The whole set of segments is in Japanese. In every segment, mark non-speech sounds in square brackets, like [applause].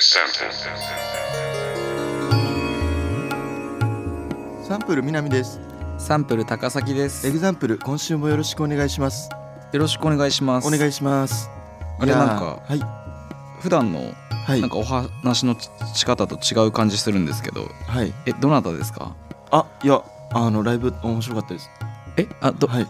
example. サンプル南です。サンプル高崎でエグす。ザンプル今週もよろしくお願いします。よろしくお願いします。お願いします。あれいやーなんかはい普段のはいなんかお話のち仕方と違う感じするんですけど、はい。えどなたですか？あいやあのライブ面白かったです。えあど、はい。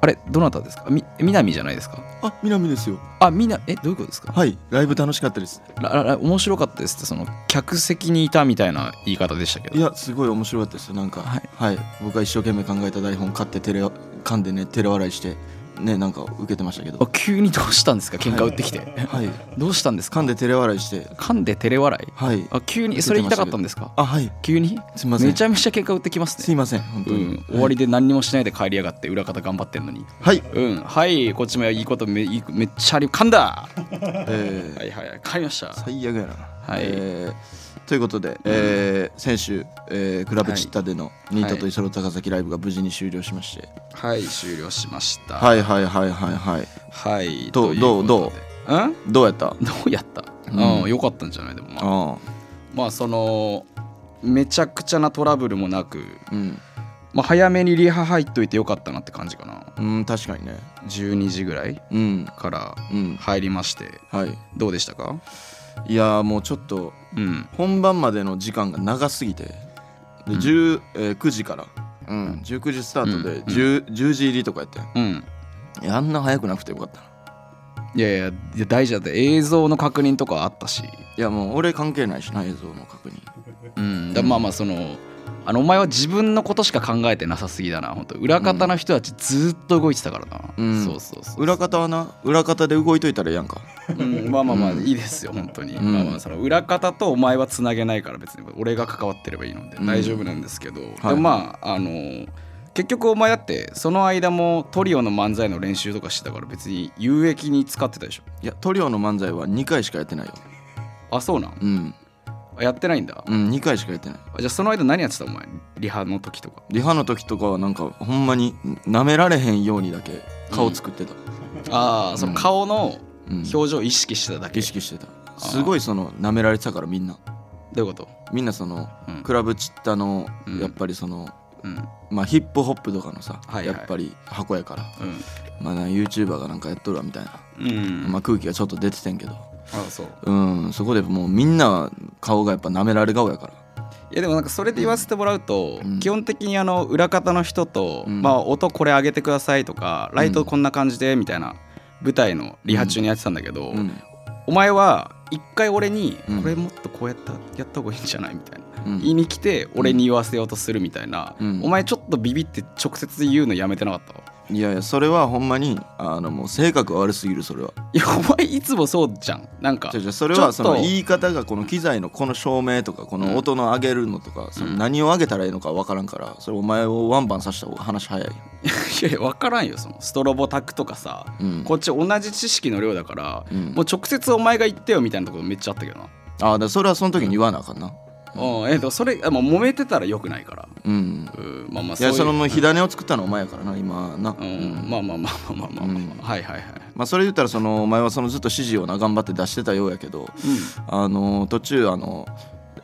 あれどなたですか？み南じゃないですか？あ南ですよ。あみなえどういうことですか？はいライブ楽しかったです。ららら面白かったですってその客席にいたみたいな言い方でしたけど。いやすごい面白かったですよなんかは、はい僕が一生懸命考えた台本買ってテレ噛んでねテレ笑いしてねなんか受けてましたけど。あ急にどうしたんですか？喧嘩売ってきて。 [laughs] はいどうしたんですか噛ん？でテレ笑いして噛んで照れ笑い。はいあ急にそれ言いたかったんですか？あはい急に？すいませんめちゃめちゃ喧嘩売ってきますね。すいません本当うに、ん、終わりで何にもしないで帰りやがって裏方頑張ってんのにはい、うんはいこっちもいいことめいいめっちゃあり噛んだえーはいはい噛みました最悪やな、はいえーということで、えー先週、えークラブチッタでのニートとイソロ高崎ライブが無事に終了しましてはい終了しましたはいいはいはいはいはいはいどうといことでどううんどうやったどうやったうんうんよかったんじゃないでもまああまあそのめちゃくちゃなトラブルもなく、ーうん、まあ、早めにリハ入っといてよかったなって感じかなうん、確かにね12時ぐらいうんからうん入りましてはいどうでしたかいやーもうちょっとうん本番までの時間が長すぎてで、10えー9時から、うん、19時スタートでうん 10,、10時入りとかやってうんいやあんな早くなくてよかったないやいやいや大事だって映像の確認とかあったしいやもう俺関係ないしな映像の確認うん、だまあまあそのあのお前は自分のことしか考えてなさすぎだな本当裏方の人たちずーっと動いてたからな、うんそうそうそう裏方はな裏方で動いといたらええやんかうんまあまあまあいいですよ本当に、うんまあまあその裏方とお前はつなげないから別に俺が関わってればいいのでうん大丈夫なんですけど、はいでもまああの結局お前だってその間もトリオの漫才の練習とかしてたから別に有益に使ってたでしょいやトリオの漫才は2回しかやってないよあそうなんうん、やってないんだ、うん、2回しかやってないあじゃあその間何やってたお前リハの時とかリハの時とかはなんかほんまになめられへんようにだけ顔作ってた、ああその顔のうん表情を意識してただけ、意識してたすごいそのなめられてたからみんなどういうことみんなそのうんクラブチッタのうんやっぱりその、うんまあヒップホップとかのさ、はいはいやっぱり箱やからうんまあな YouTuber がなんかやっとるわみたいな、うんまあ空気がちょっと出ててんけどあそううんそこでもうみんな顔がやっぱなめられ顔やからいやでもなんかそれで言わせてもらうと、うん基本的にあの裏方の人と、うんまあ、音これ上げてくださいとか、ライトこんな感じでみたいな舞台のリハ中にやってたんだけど、うんお前は一回俺に、うんこれもっとこうやったやった方がいいんじゃないみたいな、うん言いに来て俺に言わせようとするみたいな、うんお前ちょっとビビって直接言うのやめてなかったいやいやそれはほんまにあのもう性格悪すぎるそれはいやお前いつもそうじゃんなんかじゃじゃそれはちそょっのと言い方がこの機材のこの照明とかこの音の上げるのとか、その何を上げたらいいのか分からんからそれお前をワンバンさせた方が話早い、いやいや分からんよそのストロボタクとかさ、うんこっち同じ知識の量だから、うんもう直接お前が言ってよみたいなところめっちゃあったけどな、ああだからそれはその時に言わなあかんなうんえっとそれあもう揉めてたらよくないから、うんうん、まあまあいそういやうそのもう火種を作ったのお前やからな今な、ううんん、まあまあまあまあまあまあ、まあうんはいはいはいまあ、それで言ったらそのお前はそのずっと指示をな頑張って出してたようやけど、あの途中あの、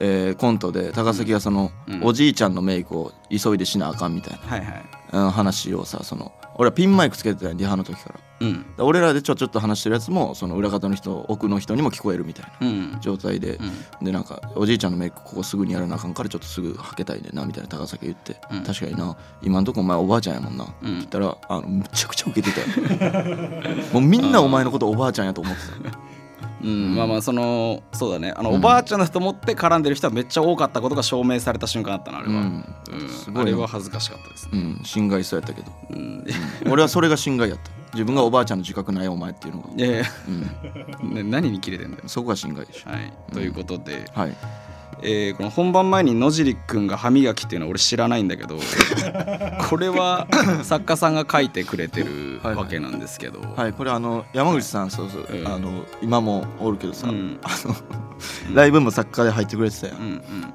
えーコントで高崎がその、うんおじいちゃんのメイクを急いでしなあかんみたいなはいはいうん話をさその俺はピンマイクつけてたんリハの時からうんで俺らでちょちょっと話してるやつもその裏方の人奥の人にも聞こえるみたいなうん状態で、でなんかおじいちゃんのメイクここすぐにやらなあかんからちょっとすぐはけたいねんなみたいな高崎言って、うん確かにな今んとこお前おばあちゃんやもんな、って言ったらあのむちゃくちゃウケてたよもうみんなお前のことおばあちゃんやと思ってたうん、まあまあそのそうだねあの、おばあちゃんだと思って絡んでる人はめっちゃ多かったことが証明された瞬間だったなあれは、うんうんすごいあねれは恥ずかしかったですね、うん侵害そうやったけどうん、俺はそれが侵害やった自分がおばあちゃんの自覚ないお前っていうのがいやいや、う [laughs] ね、何にキレてんだよそこが侵害でしょはい、ということで、はいえーこの本番前に野尻くんが歯磨きっていうのは俺知らないんだ [laughs] けどこれは [coughs] 作家さんが書いてくれてるはいはいわけなんですけど、はい、これあの山口さん、そうそう、うんあの今もおるけどさ、うんあのライブも作家で入ってくれてたよ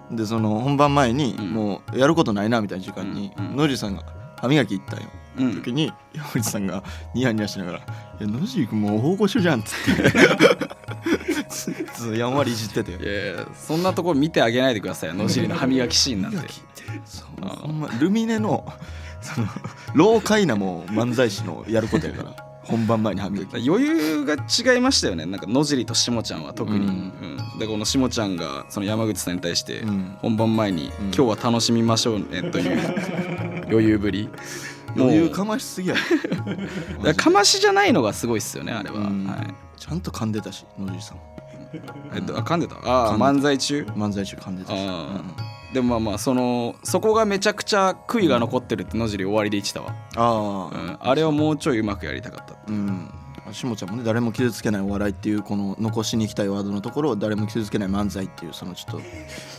う、んでその本番前に、うんもうやることないなみたいな時間に、うんうん野尻さんが歯磨き行ったんよ、うんうん時に山口さんがニヤニヤしながら「いや野尻君もう大御所じゃん」っつってずっとやんわりいじってていやいやそんなところ見てあげないでくださいよ野尻の歯磨きシーンなんて歯磨きってそうほんまルミネのその老快なもう漫才師のやることやから本番前に歯磨き余裕が違いましたよねなんか野尻としもちゃんは特に、うんうんでこのしもちゃんがその山口さんに対してうん本番前に、ん今日は楽しみましょうね」という [laughs] 余裕ぶりもう余裕かましすぎやだからかましじゃないのがすごいっすよねあれは、うんはいちゃんと噛んでたし野尻さんえっと、あ噛んでたああ噛んでた漫才中漫才中噛んでたし、あでもまあまあそのそこがめちゃくちゃ悔いが残ってるって野尻終わりで言ってたわ、あうあん、あれをもうちょいうまくやりたかったうんしもちゃんもね誰も傷つけないお笑いっていうこの残しに行きたいワードのところを誰も傷つけない漫才っていうそのちょっと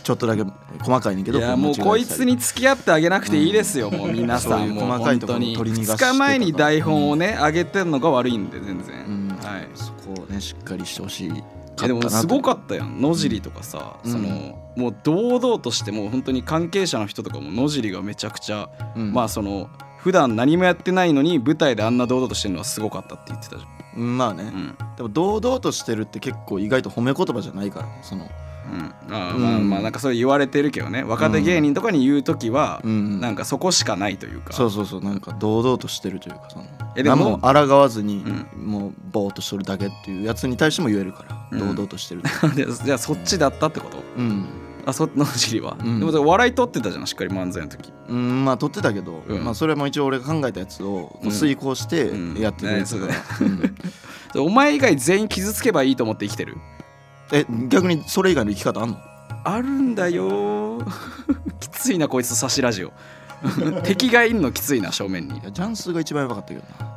ちょっとだけ細かいねんけどいやもうこいつに付き合ってあげなくていいですよ、もう皆さそういんうもう細かい本とこ当ろに取り逃がして2とか日前に台本をねあげてんのが悪いんで全然、うんはいそこをねしっかりしてほしいかいやでもすごかっったやん野尻とかさ、うんそのもう堂々としてもう本当に関係者の人とかも野尻がめちゃくちゃ、たなと、うんまあその普段何もやってないのに舞台であんな堂々としてるのはすごかったって言ってたじうんまあね、ゃん、うんでも堂々としてるって結構意外と褒め言葉じゃないからそのうん、あーうんまあまあなんかそれ言われてるけどね若手芸人とかに言う時は、うんなんかそこしかないというかそうそうそうなんか堂々としてるというかそのえで何もも抗わずに、うもうぼーっとしとるだけっていうやつに対しても言えるから、うん堂々としてるって [laughs] でじゃあそっちだったってことうん、あそ [laughs] 野尻は、うんでもそれ笑い取ってたじゃんしっかり漫才の時うん、まあ撮ってたけど、うんまあ、それも一応俺が考えたやつをこううん遂行してうんやってくれてたから、うんそれお前以外全員傷つけばいいと思って生きてるえ逆にそれ以外の生き方あんのあるんだよー [laughs] きついなこいつと差しラジオ [laughs] 敵がいんのきついな正面にいやジャンスが一番やばかったけどな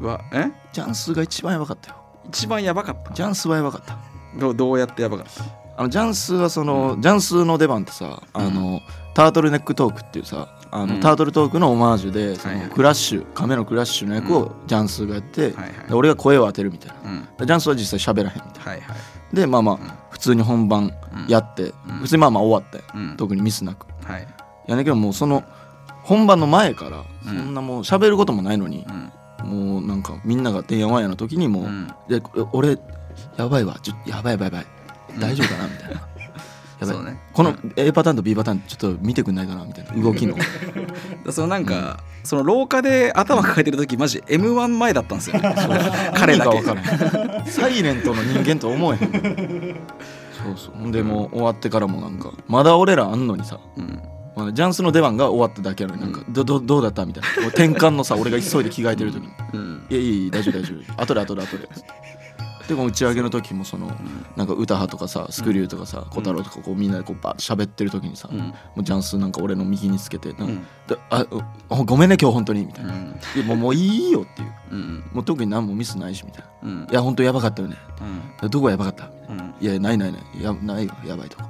うわえジャンスが一番やばかったよ一番やばかったジャンスはやばかったどうどうやってやばかったあのジャンスはその、ジャンスの出番ってさあの、タートルネックトークっていうさあの、うんタートルトークのオマージュでその、はいはいクラッシュ亀のクラッシュの役をジャンスがやって、はいはいで俺が声を当てるみたいなうんでジャンスは実際喋らへんみたいはいはいなでまあまあ、普通に本番やって、うん普通にまあまあ終わって、うん特にミスなくはいやねんけどもうその本番の前からそうんんなもう喋ることもないのにう、んもうなんかみんながてんやわんやの時にもう、うんで俺やばいわちょやばいやばいやばい大丈夫かなみたいな。やばいそうねこの A パターンと B パターンちょっと見てくんないかなみたいな動きのだそのなんか、その廊下で頭抱えてる時マジ m 1前だったんですよ、 [laughs] ね、彼だけ意味が分からんサイレントの人間とは思えへんそうそうほんでもう終わってからもなんかまだ俺らあんのにさうんまだジャンスの出番が終わっただけやのになんか、どどどうだったみたいな転換のさ俺が急いで着替えてる時にう「んいやいいいい大丈夫大丈夫後で後で後で」でこの打ち上げの時もそのなんか歌派とかさスクリューとかさ小太郎とかこうみんなでこうバーッて喋ってる時にさ、うんもうジャンスなんか俺の右につけてなんかうんであおごめんね今日本当にみたいな、うんいやもうもういいよっていううんもう特に何もミスないしみたいなうんいや本当やばかったよねどこがやばかったみたいなうんいやないないないやないよやばいとこ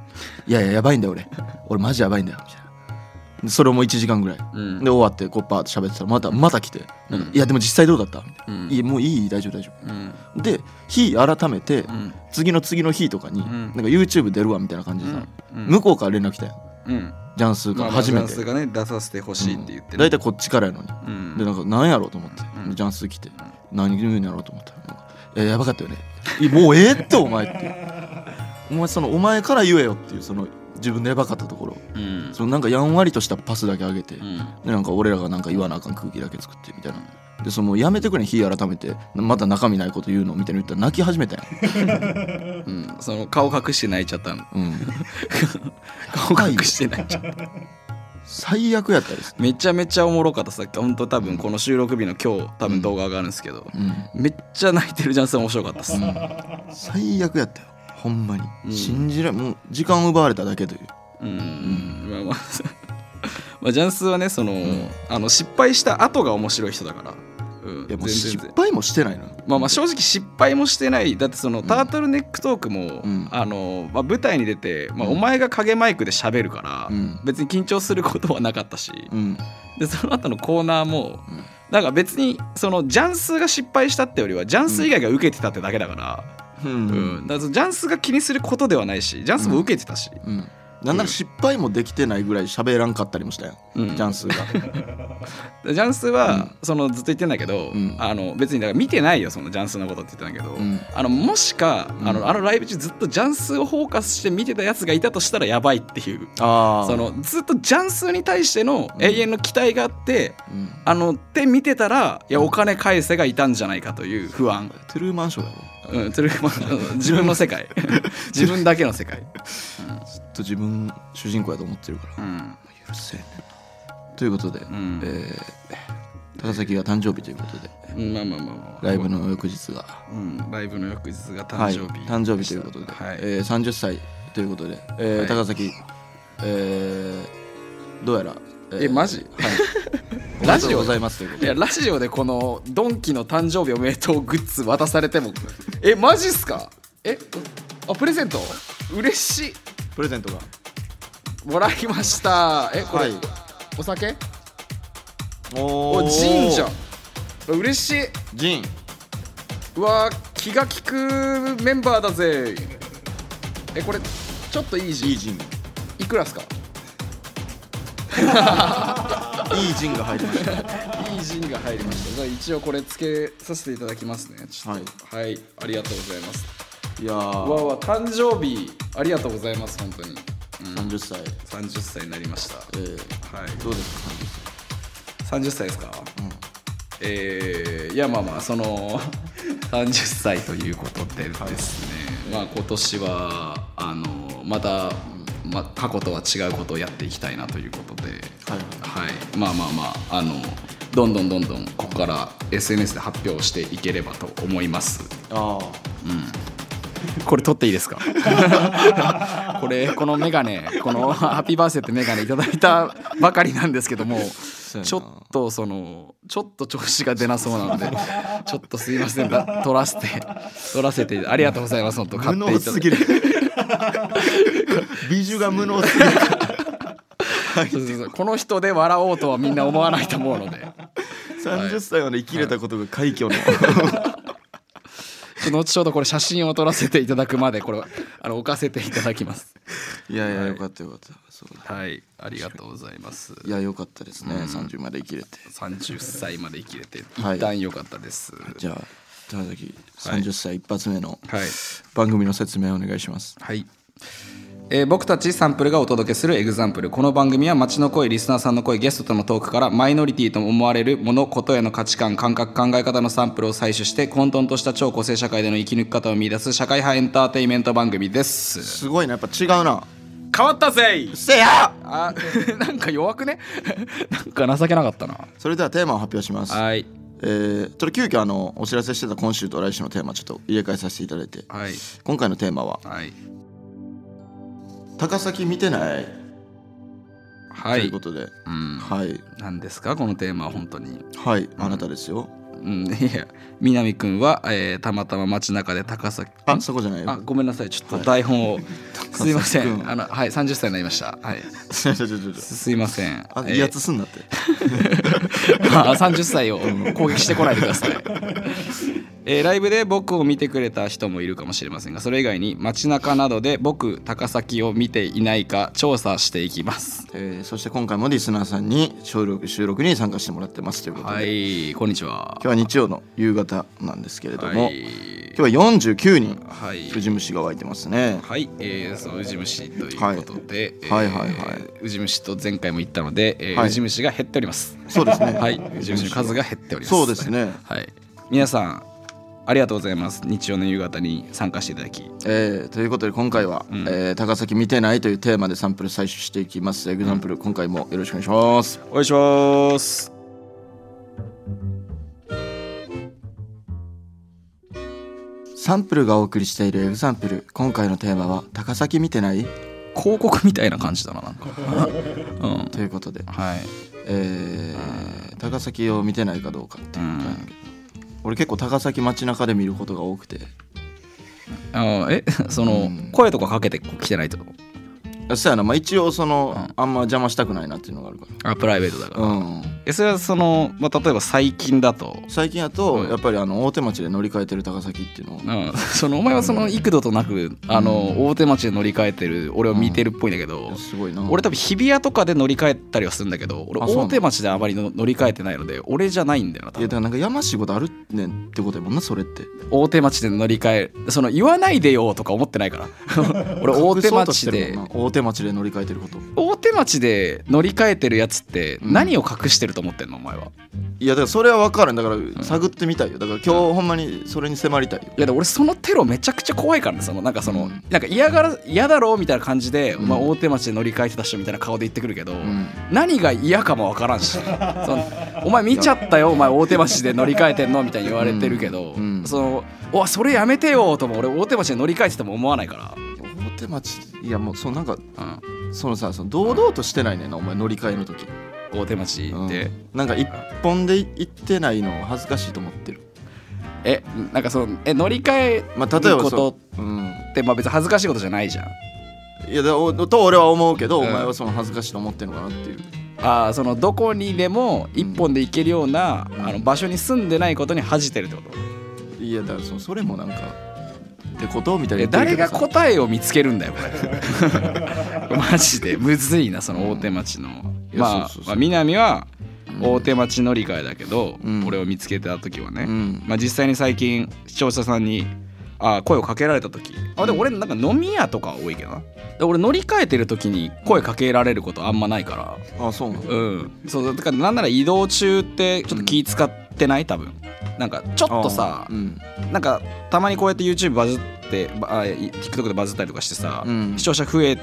いやいややばいんだよ俺俺マジやばいんだよみたいなでそれも1時間ぐらいうんで終わってこうパーッと喋ってたらまたまた来てなんかうんいやでも実際どうだったみたいうんないやもういい大丈夫大丈うん夫で日改めてうん次の次の日とかになんんか YouTube 出るわみたいな感じでさうん向こうから連絡来たようんジャンスーから初まあめまあてフランスがね出させてほしいって言って大ね体こっちからやのにうんでなんか何やろうと思って、うんジャンス来て、何言うんやろうと思ったらなんか「えやばかったよね」いもうええってお前」ってお前そのお前から言えよっていうその自分でやばかったところうんそのなんかやんわりとしたパスだけ上げて、うんでなんか俺らがなんか言わなあかん空気だけ作ってみたいな。でそのやめてくれ日改めてまた中身ないこと言うのみたいな言ったら泣き始めたよ、うんその顔隠して泣いちゃったのうん、 [laughs] 顔隠して泣いちゃった最悪やったです、 [laughs] めちゃめちゃおもろかったさ本当多分この収録日の今日多分動画上がるんですけどうん、めっちゃ泣いてるジャンス面白かったっす最悪やったよほんまに、うん信じられんもう時間奪われただけといううんまあま [laughs] あまあジャンスはねその、あの失敗した後が面白い人だから、ういん、やもう全然失全然敗もしてないのよまあまあ正直失敗もしてないだってそのタートルネックトークも、うんあのまあ、舞台に出て、まあ、うんお前が影マイクで喋るから、うん別に緊張することはなかったし、うんでその後のコーナーも、うんなんか別にそのジャンスが失敗したってよりはジャンス以外が受けてたってだけだから,、ううんんだからそのジャンスが気にすることではないしジャンスも受けてたし、うんなんなら失敗もできてないぐらい喋らんかったりもしたやん、うんジャン [laughs] スがジャンスは、そのずっと言ってんだけど、うんあの別にだから見てないよそのジャンスのことって言ってたんだうけど、んあのもしか、うんあのあのライブ中ずっとジャンスをフォーカスして見てたやつがいたとしたらやばいっていうああそ、のずっとジャンスに対しての永遠の期待があって、うん、あのって見てたらいやお金返せがいたんじゃないかという不安、トゥルーマンションやろうん、それまあ自分の [laughs] 世界自分だけの世界、ずっと自分主人公やと思ってるからうん許せんねんということで、んえー高崎が誕生日ということでまあまあまあまあライブの翌日がうん、ライブの翌日が誕生日、はい、誕生日ということで、はいえー30歳ということで、えーはい高崎、えーどうやら、ええマジはい、ララジオジオでございますということいでやラジオでこのドンキの誕生日おめでとうグッズ渡されてもえマジっすかえあプレゼント嬉しいプレゼントがもらいましたえこれ、はいお酒おおジンじゃんー嬉しいジンうわー気が利くメンバーだぜえこれちょっといいジンいいジンいくらっすかいいジンが入りました [laughs] いいジンが入りましたじゃあ一応これつけさせていただきますねちょっとはい、ありがとうございますいやうわーうわ誕生日ありがとうございます本当に30歳、 30歳になりましたえーはいどうですか30歳ですか、えーいやまあまあその [laughs] 30歳ということでですね、まあ今年はあのまた、まあ、過去とは違うことをやっていきたいなということで、はいはい、まあまあまああのどんどんどんどんここから SNS で発表していければと思いますああこれ取っていい [laughs] ですかこれこのメガネこのハッピーバースデーってメガネいただいたばかりなんですけどもうやなちょっとそのちょっと調子が出なそうなのでちょっとすいませんだ取らせて取らせてありがとうございます本当買無って能いただすいてぎる [laughs] 美女が無能 [laughs] すぎるそうそうそうこの人で笑おうとはみんな思わないと思うので30歳まで生きれたことが快挙のちょっと後ほどこれ写真を撮らせていただくまでこれあの置かせていただきますいやいやよかったよかったそうだはいありがとうございますいや良かったですね、30まで生きれて30歳まで生きれてはい一旦良かったです、じゃあ高崎30歳一発目のはい番組の説明をお願いしますはいえー僕たちサンプルがお届けするエグザンプルこの番組は街の声リスナーさんの声ゲストとのトークからマイノリティとも思われるものことへの価値観感覚考え方のサンプルを採取して混沌とした超個性社会での生き抜き方を見出す社会派エンターテインメント番組ですすごいなやっぱ違うな変わったぜせやあ [laughs] なんか弱くね [laughs] なんか情けなかったなそれではテーマを発表しますはいえー、ちょっと急遽あのお知らせしてた今週と来週のテーマちょっと入れ替えさせていただいてはい今回のテーマははい「高崎見てない?」とはいういことで、うんはい何ですかこのテーマは本当にはいあなたですようん、いや南くんは、えーたまたま街中で高崎あそこじゃないよあごめんなさいちょっと台本 [laughs] を、すいませ高崎ん君あのはい30歳になりましたはい [laughs] ちょちょちょちょすいませんあえー威圧すんなってあ30歳を攻撃してこないでください。えーライブで僕を見てくれた人もいるかもしれませんがそれ以外に街中などで僕高崎を見ていないか調査していきますえーそして今回もリスナーさんに収録収録に参加してもらってますということで、はいこんにちは今日は日曜の夕方なんですけれども、はい今日は49人はい藤虫が湧いてますねはい、えー、そのウジ虫ということで、はいはえーいはいはいウジ虫と前回も言ったので、えーはいウジ虫が減っております。そうですねはい、ウジ虫の数が減っております。そうですねはい、皆さんありがとうございます。日曜の夕方に参加していただき、えーということで今回は、えー高崎見てない」というテーマでサンプル採取していきますエグザンプル今回もよろしくお願いしますお願いします。サンプルがお送りしているエグザンプル今回のテーマは「高崎見てない?広告みたいな感じだな [laughs] なんか。うん」、ということで、はい。えー高崎を見てないかどうかっていうことなんだけど、俺結構高崎街中で見ることが多くてあのえ [laughs] その、声とかかけてきてないってことそうやな、まあ、一応その、あんま邪魔したくないなっていうのがあるからあプライベートだから。うんえそれはその、まあ、例えば最近だと、最近やと、うんやっぱりあの大手町で乗り換えてる高崎っていうのを、うん、 [laughs] そのお前はその幾度となくあの大手町で乗り換えてる俺を見てるっぽいんだけど、すごいな俺多分日比谷とかで乗り換えたりはするんだけど俺あそうなの大手町であまりの乗り換えてないので俺じゃないんだよな多いやだから分なんかやましいことあるねんってことやもんなそれって大手町で乗り換えその言わないでよとか思ってないから [laughs] 俺大手隠そうとし町てるでもんな大手町で乗り換えてること大手町で乗り換えてるやつってうん何を隠してると思ってんのお前はいやだからそれは分からんだから探ってみたいよだから今日ほんまにそれに迫りたいよいやでも俺そのテロめちゃくちゃ怖いからねそのなんかその、うんなんか嫌がら嫌だろうみたいな感じで、うんまあ、大手町で乗り換えてた人みたいな顔で言ってくるけど、うん何が嫌かもわからんしそのお前見ちゃったよお前大手町で乗り換えてんのみたいに言われてるけど、うんうんそのおいそれやめてよとも俺大手町で乗り換えてても思わないか、大手町いやもうそのなんからそのさその堂々としてないねんなお前乗り換えの時、うん、大手町うんで、なんか一本で行ってないの恥ずかしいと思ってるえなんかそのえ乗り換まあ例えいいばことそう、うん、えってまあ別に恥ずかしいことじゃないじゃんいやだおと俺は思うけど、うんお前はその恥ずかしいと思ってるのかなっていうあーそのどこにでも一本で行けるような、うんあの場所に住んでないことに恥じてるってこといやだからそのそれもなんかってことみたいえな言って誰るけがどさ答えを見つけるんだよこ [laughs] れマジでむずいなその大手町の、いやまあそうそうそうまあ南はうん大手町乗り換えだけど、うん俺を見つけた時はね、うんまあ、実際に最近視聴者さんにあ声をかけられた時あでも俺なんか飲み屋とか多いけどなで俺乗り換えてる時に声かけられることあんまないからあそうなのうんそうだからなんなら移動中ってちょっと気使ってない多分なんかちょっとさあ、うんなんかたまにこうやって YouTube バズってばあい TikTok でバズったりとかしてさ、うん視聴者増え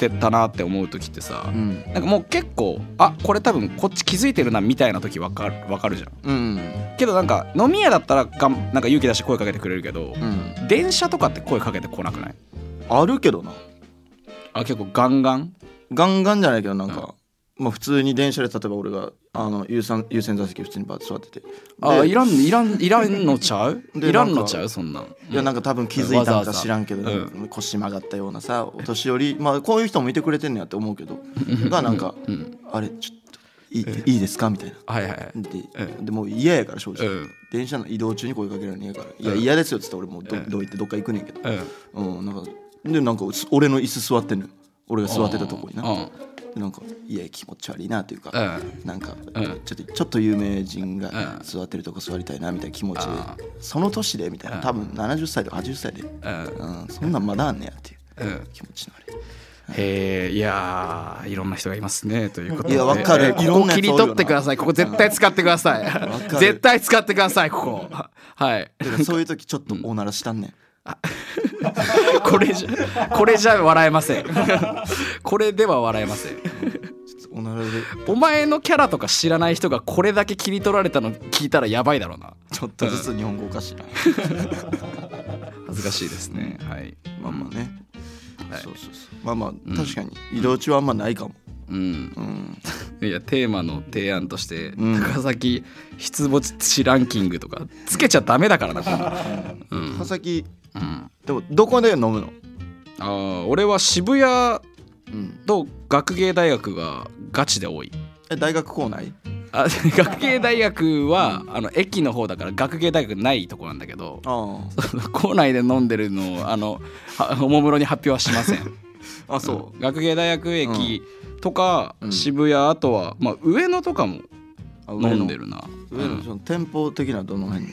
てたなって思う時ってさ、うんなんかもう結構あこれ多分こっち気づいてるなみたいな時わかるわかるじゃんうんけどなんか飲み屋だったらがんなんか勇気出して声かけてくれるけど、うん電車とかって声かけてこなくないあるけどなあ結構ガンガンガンガンじゃないけどなんか、まあ普通に電車で例えば俺があの優先優先座席普通にバーッて座っててあでいらんいらんいらんのちゃうでいらんなのんかちゃうそんなんいやなんか多分気づいたわんざかわざ知らんけど、う腰曲がったようなさお年寄りまあこういう人もいてくれてんねやって思うけどがなんか、うんあれちょっといいいいですかみたいなはいはいはいで,、うでもう嫌やから正直、うん電車の移動中に声かけられるの嫌やから「いやうん嫌ですよ」っつって俺もうど,、うんどう行ってどっか行くねんけど、うんうんなんかでなんかす俺の椅子座ってんのよ俺が座ってたとこになうんうんでなんか「いや気持ち悪いな」というか、うなんか、うんちょっとちょっと有名人うがん座ってるとこ座りたいなみたいな気持ちで、あその年でみたいな、うん多分70歳とか80歳で、ううんんそんなんまだあんねやっていううん気持ちのあれ。えー、いやーいろんな人がいますねということでいやわかるえーいろこんこなやつ切多いよなり取ってくださいここ絶対使ってくださ [laughs] わいかる絶対使ってくださいここはいだからそういう時ちょっとおならしたんねん。 [laughs] これじゃこれじゃ笑えません [laughs] これでは笑えませんちょっとおならでお前のキャラとか知らない人がこれだけ切り取られたの聞いたらやばいだろうなちょっとずつ日本語おかしいな。恥ずかしいですねはいまあまあね。はいそうそうそう。まあまあ確かに移動中はあんまないかも。うんうん。いやテーマの提案として、うん高崎出没地ランキングとかつけちゃダメだからなこんなう川ん、崎うん、でもどこで飲むの？あー俺は渋谷うん。と学芸大学がガチで多いえ大学構内？あ学芸大学はあの駅の方だから学芸大学ないとこなんだけどあ [laughs] 校内で飲んでるのをあのはおもむろに発表はしませんあ。あそ [laughs] 学芸大学駅とか、うん渋谷あとは、まあ、上野とかもう。飲んでる。るな上のその店舗的などの [laughs] 辺に？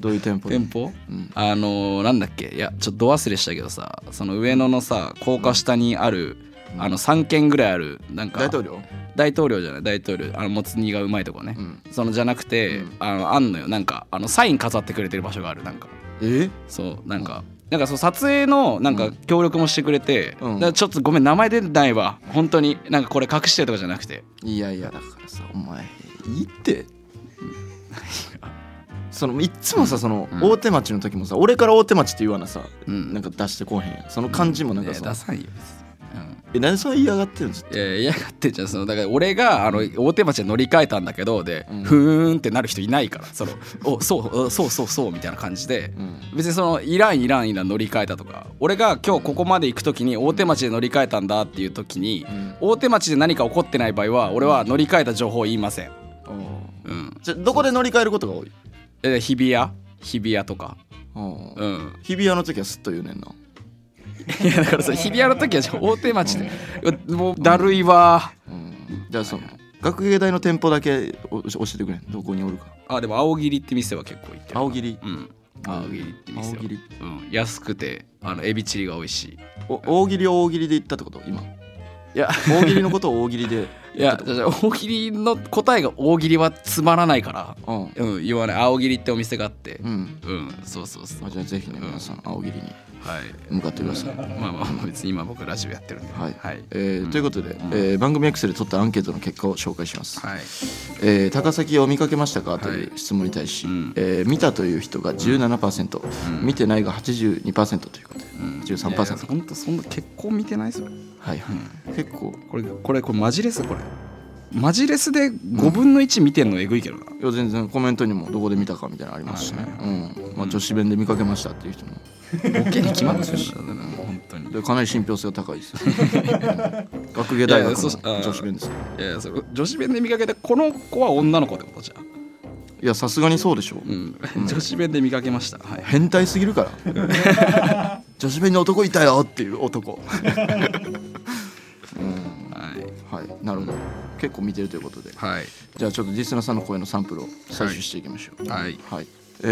どういう店舗で？店舗、うんあのーなんだっけいやちょっとど忘れしたけどさその上野のさ高架下にある、あの3軒ぐらいあるなんか大統領？大統領じゃない大統領あのもつ煮がうまいとこね、うんそのじゃなくて、うんあのあんのよなんかあのサイン飾ってくれてる場所があるなんかえ？そうなんか、なんかそう撮影のなんか協力もしてくれて、うんだからちょっとごめん名前出てないわ本当になんかこれ隠してるとかじゃなくていやいやだからさお前いいって [laughs] そのいっつもさそのうん大手町の時もさ俺から大手町って言わなさうんなんか出してこうへんやんその感じもなんいやかさ出さんよ、別にえ何でそんな嫌がってるんですいや嫌がってんじゃんそのだから俺があの大手町で乗り換えたんだけどで、うんふーんってなる人いないからそのおそうおそうそうそうみたいな感じで、ん別にそのいらんいらんいらん乗り換えたとか俺が今日ここまで行く時に大手町で乗り換えたんだっていう時に、ん大手町で何か起こってない場合は俺は乗り換えた情報を言いません、うん、じゃどこで乗り換えることが多いえ日比谷日比谷とか、うん、 [laughs] 日比谷の時はすっと言うねんないやだからそれ日比谷の時はじゃあ大手町でうわもうだるいわうんじゃあその学芸大の店舗だけお教えてくれどこにおるかあでも青霧って店は結構行ってる青霧うん青霧って店は青霧うん、安くてあのエビチリが美味しいお大喜利を大喜利で言ったってこと今いや大喜利のことを大喜利 [laughs] でいやじゃあ大喜利の答えが大喜利はつまらないからうんうん言わない青霧ってお店があってうんうん、そうそうそうあはいじゃあぜひね皆さん青切りに向かってください、まあまあ別に今僕ラジオやってるんでははいいはい、えーということで、えー番組 X で取ったアンケートの結果を紹介します、はいえー高崎を見かけましたかという質問に対し、うんえー見たという人が17%、うん見てないが82%ということで、うん、いやいや13%ほんとそんな結婚見てないそれはいはい、結構これこれこれマジレスこれマジレスで5分の1見てんのえぐいけどな、いや全然コメントにもどこで見たかみたいなのありますしね、うんまあ、女子弁で見かけましたっていう人もボケに決まってるんだよな本当にでかなり信憑性が高いですよ、 [laughs] うん学芸大いやい学やそうあのー女子弁ですよいやいやそれ女子弁で見かけてこの子は女の子ってことじゃんいやさすがにそうでしょう、うん、女子弁で見かけました。はい。変態すぎるから [laughs] 女子弁に男いたよっていう男はい。はいなるほど結構見てるということではい。じゃあちょっとリスナーさんの声のサンプルを採取していきましょうはいはい、え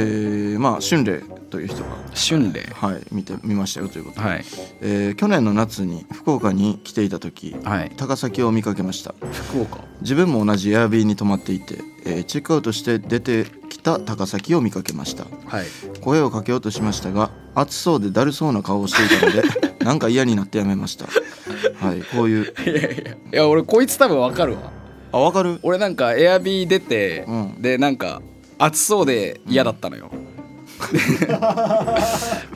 ー、まあ俊麗という人が春麗。はい見て見ましたよということで、はい。えー去年の夏に福岡に来ていた時、はい。高崎を見かけました福岡。自分も同じエアビーに泊まっていて、えーチェックアウトして出てきた高崎を見かけましたはい。声をかけようとしましたが暑そうでだるそうな顔をしていた [laughs] のでなんか嫌になってやめましたはいこういういやいやいや。いや、俺、こいつ多分わかるわ。あわかる俺なんか、エアビー出て、うんで、なんか、暑そうで嫌だったのよ。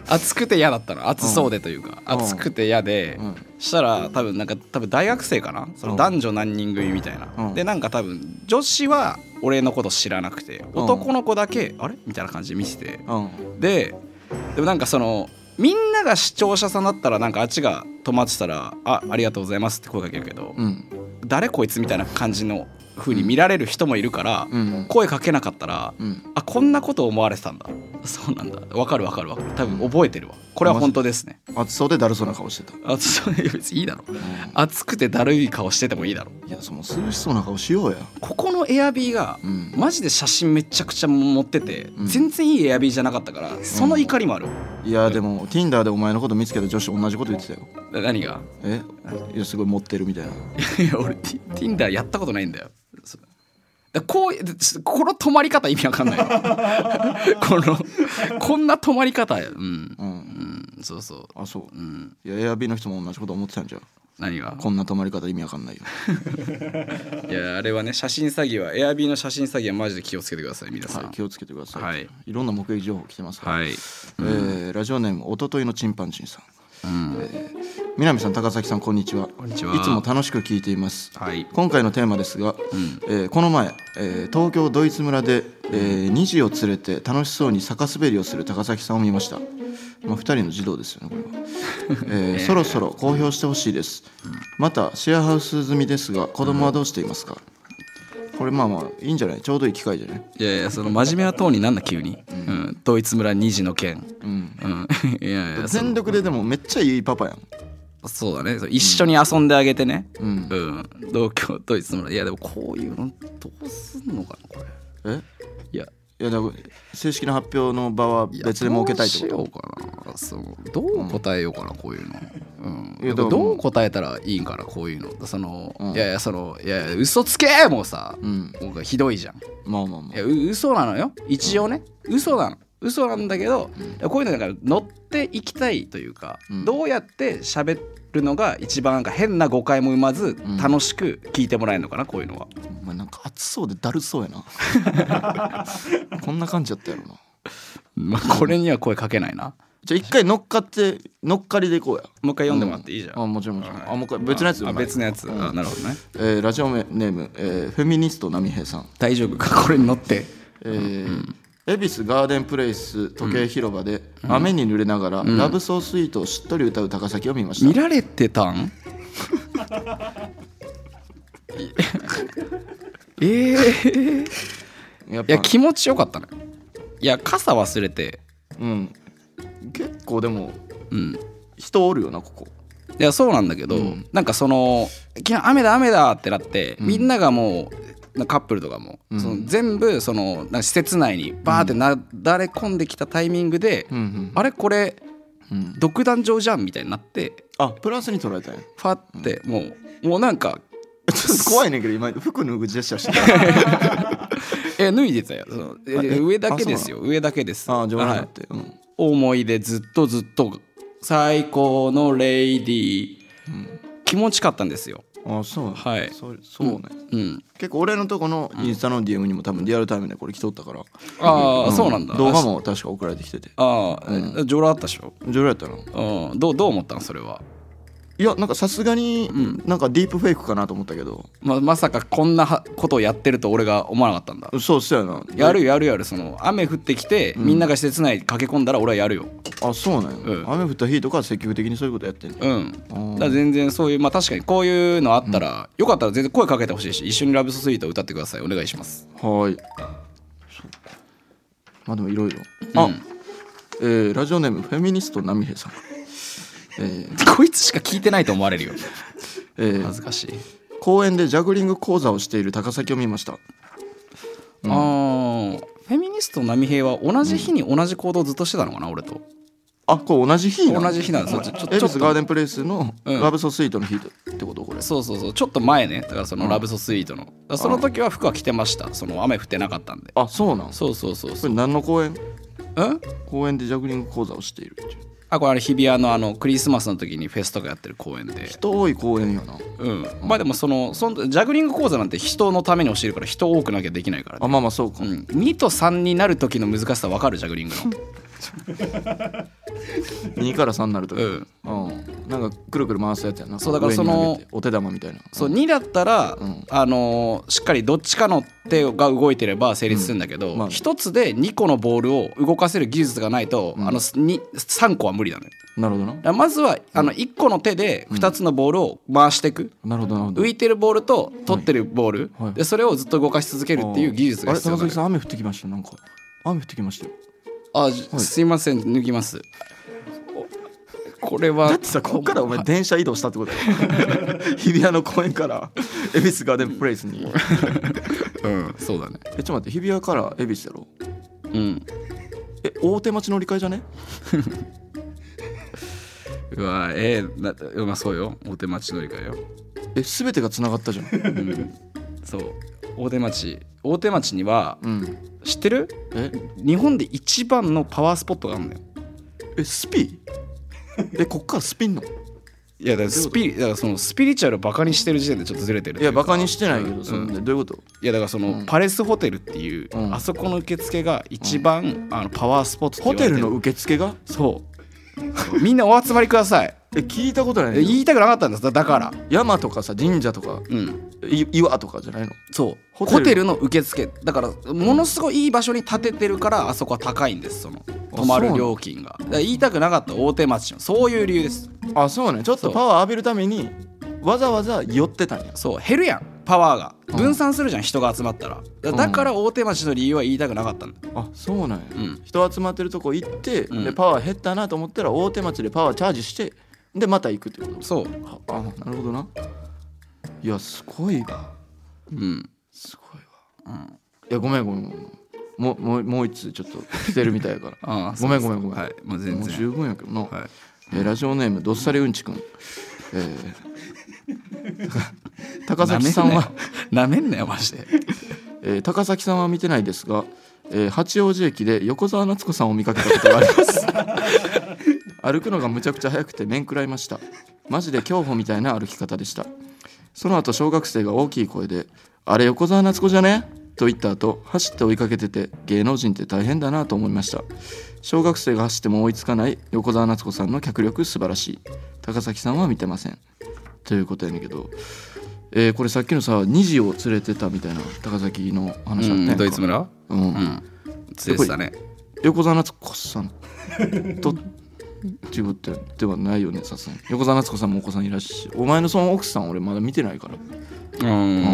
暑くて嫌だったの暑そうでというか、うん暑くて嫌で、うんしたら多分なんか多分大学生かなそのうん男女何人組みたいな、うんでなんか多分女子は俺のこと知らなくてん男の子だけ、あれみたいな感じで見てて、うんででもなんかそのみんなが視聴者さんだったらなんかあっちが止まってたら「あありがとうございます」って声かけるけど、うん誰こいつみたいな感じの風に見られる人もいるから、うん声かけなかったら、うんあこんなこと思われてたんだそうなんだわかるわかるわかる多分覚えてるわこれは本当ですね暑そうでだるそうな顔してた、あそう [laughs] いや別にいいだろう暑くてだるい顔しててもいいだろん、いやその涼しそうな顔しようやここのエアビーが、うんマジで写真めちゃくちゃ持ってて、ん全然いいエアビーじゃなかったからその怒りもある、いやでも Tinder でお前のこと見つけた女子同じこと言ってたよな何がえいやすごい持ってるみたいないや俺ティ Tinder やったことないんだよそうだこうですこの止まり方意味わかんない [laughs] このこんな止まり方うん、うんうん、そうそあそうう、うん、いやエアビーの人も同じこと思ってたんじゃん何がこんな泊まり方意味わかんないよいやあれはね写真詐欺はエアビーの写真詐欺はマジで気をつけてください [laughs] 皆さんはい、気をつけてください、はい、ろんな目撃情報来てますから、はい、えーラジオネームおとといのチンパンジンさんうん、南さん高崎さんこんにちはこんにちはいつも楽しく聞いています、はい今回のテーマですが、んえーこの前、えー東京ドイツ村で、えー、2児を連れて楽しそうに逆滑りをする高崎さんを見ました、まあ、2人の児童ですよねこれは、え [laughs] ーそろそろ公表してほしいですまたシェアハウス済みですが子供はどうしていますか、これまあまあいいんじゃないちょうどいい機会じゃないいやいやその真面目なトーンになんだ急に、うんドイツ村2時の件、うんうん、 [laughs] いやいやそ全力ででもめっちゃいいパパやんそうだねそう一緒に遊んであげてねううんん、同居ドイツ村いやでもこういうのどうすんのかなこれえいやいやだから正式な発表の場は別で設けたいってどこうしようかなそうどう答えようかな、こういうの、うん、いやだからどう答えたらいいんかなこういうのその、うんいやいやそのいやいや嘘つけもうさ、とうんもうひどいじゃんまあまあまいやう嘘なのよ一応ね、嘘なの嘘なんだけど、こういうのだから乗っていきたいというか、うんどうやって喋るのが一番なんか変な誤解も生まずん楽しく聞いてもらえるのかなこういうのはあお前なんか暑そうでだるそうやな [laughs] こんな感じやったやろなまあ、これには声かけないな。じゃあ一回乗っかって乗っかりでいこうやもう一回読んでもらっていいじゃん、あもちろんもちろん、はいあもう一回別のやつあ別のやつ、あなるほどねえーラジオネーム、えーフェミニスト波平さん大丈夫かこれに乗ってえー恵比寿ガーデンプレイス時計広場で、雨に濡れながら、ラブソースイートをしっとり歌う高崎を見ました見られてた [laughs] んええやっいぱや気持ちよかったねいや傘忘れてうん結構でもうん人おるよなここいやそうなんだけど、なんかその「いや雨だ雨だ」ってなって、みんながもうなカップルとかも、その全部そのなんか施設内にバーってなだれ込んできたタイミングで、んあれこれ、ん独壇場じゃんみたいになってあプラスに取られたんやファってもう、もうなんか [laughs] ちょっと怖いねんけど今服脱ぐジェスチャーしてたえ脱いでたよそのええ上だけですよ上だけで [laughs] すああ冗談はだいって、うん思い出ずっとずっと最高のレイディー、気持ちかったんですよあそうはいそうそうね、うん結構俺のとこのインスタの DM にも多分リアルタイムでこれ来とったからああ、そうなんだ動画も確か送られてきててああ、ジョロあったでしょ上手やったなうんどうどう思ったんそれはいやなんかさすがになんかディープフェイクかなと思ったけど、ままさかこんなはことをやってると俺が思わなかったんだそうっすよなやるよやるよやるその雨降ってきて、みんなが施設内に駆け込んだら俺はやるよあそうなんや、うん雨降った日とかは積極的にそういうことやってんねうんーだから全然そういうまあ確かにこういうのあったら、よかったら全然声かけてほしいし一緒にラブソスイートを歌ってくださいお願いしますはーいそうかまあでもいろいろあ、えーラジオネームフェミニスト波平さん、えー [laughs] こいつしか聞いてないと思われるよえー恥ずかしい、公園でジャグリング講座をしている高崎を見ましたああフェミニスト波平は同じ日に同じ行動をずっとしてたのかな俺とあこれ同じ日なの同じ日なんですよちょちエょちょルっスとガーデンプレイスのうんラブソスイートの日ってことこれ、そうそうそうちょっと前ねだからそのラブソスイートのだからその時は服は着てましたその雨降ってなかったんであそうなんこそうそうそうそれう何の公園うん公園でジャグリング講座をしているっていうあこれあれ日比谷のあのクリスマスの時にフェスとかやってる公園で人多い公園やなうんまあでもそのそのジャグリング講座なんて人のために教えるから人多くなきゃできないからあね、まあまあそうか、うん、2と3になる時の難しさ分かるジャグリングの2から3になるとき、ううんんなんかくるくる回すやつやなそうだからその上に投げてお手玉みたいなそう2だったら、あのーしっかりどっちかの手が動いてれば成立するんだけど、まあ1つで2個のボールを動かせる技術がないと、あの3個は無理だねなるほどなだからまずはあの1個の手で2つのボールを回していく、なるほどなるほど浮いてるボールと取ってるボール、はいでそれをずっと動かし続けるっていう技術が必要あれ高なの崎さん雨降ってきましたなんか雨降ってきましたよあじすいません脱ぎますおこれはだってさこっからお前電車移動したってことだ [laughs] よ日比谷の公園から恵比寿ガーデンプレイス [laughs] にうんそうだねえちょっと待って日比谷から恵比寿だろうんえ大手町乗り換えじゃねうわえー、なまあそうよ大手町乗り換えよえ全てがつながったじゃんそう大手町大手町には、うん知ってるえ日本で一番のパワースポットがあるんだよえスピえこっからスピンのいやだからスピリだからそのスピリチュアルをバカにしてる時点でちょっとずれてるいやバカにしてないけどそんでどういうこといやだからその、パレスホテルっていう、うんあそこの受付が一番、あのパワースポットってホ言わテれてルるの受付がそうみんなお集まりくださいえ聞いたことないねんけど言いたくなかったんですだだから山とかさ神社とかうんい岩とかじゃないのそうホホテテルルの受付だからものすごいいい場所に建ててるからあそこは高いんですそのそ泊まうなるの料金がだから言いたくなかった大手町のそういう理由ですあそうねちょっそとうパワー浴びるためにわざわざ寄ってたんやそう減るやんパワーが分散するじゃん、人が集まったらだだから大手町の理由は言いたくなかったんだあそうなんや、ん人集まってるとこ行って、んでパワー減ったなと思ったら大手町でパワーチャージしてでまた行くってことそうああなるほどないやすごいわうんすごいわ、いやごめんごめんごめんもうもうもう一つちょっと来てるみたいやから [laughs] ああごめんごめんごめん、はいもう全もう然十分やけどな、はいえーラジオネームどっさりうんちくん、えー [laughs] 高高崎さんはなめんなよマジでえー高崎さんは見てないですが、えー八王子駅で横澤夏子さんを見かけたことがあります歩くのがむちゃくちゃ速くて面食らいましたマジで競歩みたいな歩き方でしたその後小学生が大きい声で「あれ横澤夏子じゃね?」と言った後走って追いかけてて芸能人って大変だなと思いました小学生が走っても追いつかない横澤夏子さんの脚力素晴らしい高崎さんは見てませんということやねんけど、えーこれさっきのさ2時を連れてたみたいな高崎の話あったやんか、ドイツ村うんうん強さね横澤夏子さんとっていうことではないよねさすがに横澤夏子さんもお子さんいらっしゃるお前のその奥さん俺まだ見てないからうんい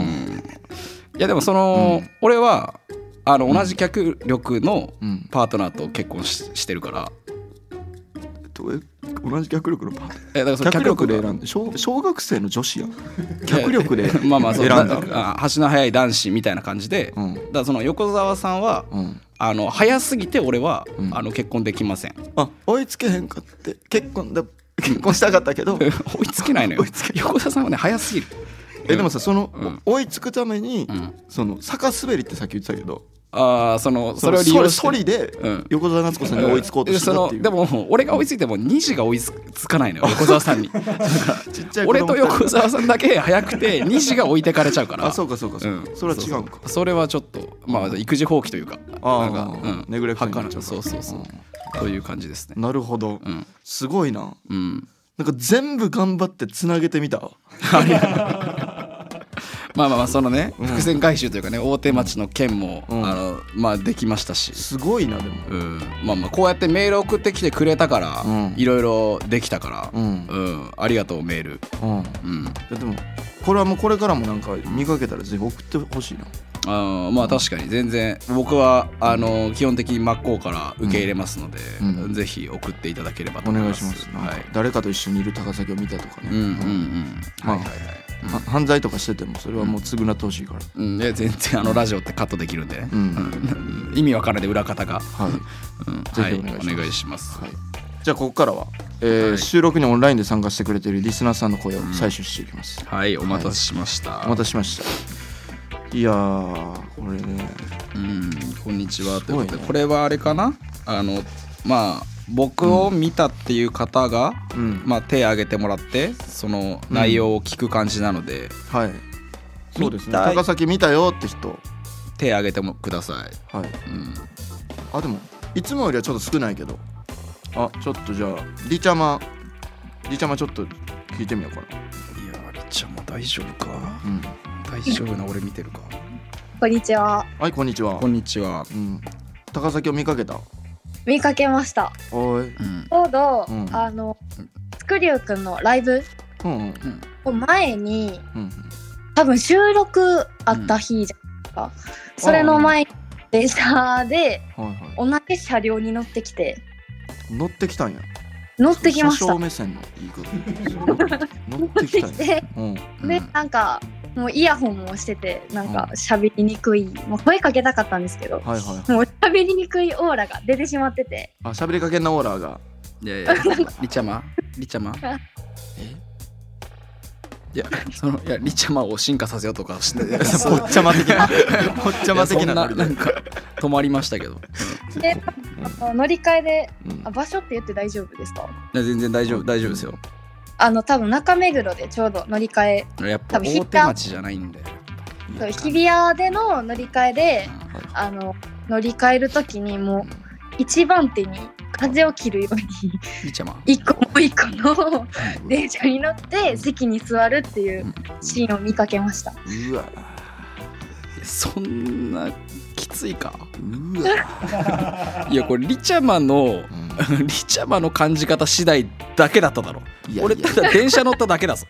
やでもその、俺はあの同じ脚力のうんパートナーと結婚ししてるからどう同じ脚力のパーえだからその脚力がで選んで小小学生の女子やん脚力で選んまあまあそうだだあ足の速い男子みたいな感じで、うんだからその横澤さんは、うんあの早すぎて俺は、んあの結婚できません [laughs] あ追いつけへんかって結婚だ結婚したかったけど追いつけないのよ追いつけ横澤さんはね早すぎるえでもさその、うん追いつくために、んその坂滑りってさっき言ってたけどああそのそれを利の用してソリでうん横澤夏子さんに追いつこうとしたっていう、んそのでも俺が追いついても2時が追いつかないのよ横澤さ [laughs] んにちっちゃい子俺供と横澤さんだけ早くて2時が置いてかれちゃうからあそうかそうかそうか、んそれは違うんかそそれはちょっとまあ育児放棄というかあなあんかうんネグレクトになっはちゃうからかなそうそうそうという感じですねなるほど、んすごいなうんなんか全部頑張ってつなげてみたわありまあまあまあそのね伏線回収というかね大手町の件もあんのまあできましたしすごいなでもうんまあまあこうやってメール送ってきてくれたからうんいろいろできたからううんんありがとうメールうんいうんやでもこれはもうこれからもなんか見かけたらぜひ送ってほしいなあーまあ確かに全然僕はあの基本的に真っ向から受け入れますので、うんうんぜひ送っていただければとお思い願まいしす。ます、なんかはい。誰かと一緒にいる高崎を見たとかね、うんうんうん。まはあいはいはい。は犯罪とかしててもそれはもう償ってほしいから、うん、いや全然あのラジオってカットできるんでね。うんうん意味わからないで裏方が。はいうんぜひお願いしますはいお願いします。はい、じゃあここからは、えー収録にオンラインで参加してくれているリスナーさんの声を採取していきます、はい、お待たせしました。お待たせしましたいやーこれねうん、こんにちはということすごいで、ねこれはあれかなあのまあ僕を見たっていう方が、うんまあ、手挙げてもらってその内容を聞く感じなので、はいそうですね見たい高崎見たよって人手挙げてもください。はいうんあでもいつもよりはちょっと少ないけどあちょっとじゃあリチャマリチャマちょっと聞いてみようかないやーりっちゃんも大丈夫かうん大丈夫な俺見てるかこんにちは。はいこんにちはこんにちはうん高崎を見かけた見かけました。おーいうんちょうど、うんあの、スクリューくんのライブうんうんを前に、うん多分収録あった日じゃないですか。それの前に、電車でうんはいは同じ車両に乗ってきて、い乗ってきたんや乗ってきました。車掌乗目線の言い方す [laughs] ごい乗ってっきてたきんやて、うんで、なんか、もうイヤホンもしてて、なんか喋りにくい、まあ、声かけたかったんですけど、はいはいもう喋りにくいオーラが出てしまってて、あ喋りかけんなオーラ [laughs] がいやいやりっちゃまりっちゃまいやそのいやりっちゃまを進化させようとかしてえぽっちゃま的なぽっちゃま的そんなノなリなでんか止まりましたけどいで、あの乗り換えで、うんあ場所って言って大丈夫ですかや全然大丈夫大丈夫ですよあの多分中目黒でちょうど乗り換えやっぱ多分ひ大っ手か町じゃないんだよそう日比谷での乗り換えでうんあの乗り換える時にもう一番手に風を切るように [laughs] りっちゃま一個も一個の [laughs] 電車に乗って席に座るっていうシーンを見かけましたうわいやそんなきついかうわいやこれりっちゃまの [laughs] りっちゃまの感じ方次第だけだっただろいやいや俺ただ電車乗っただけだぞ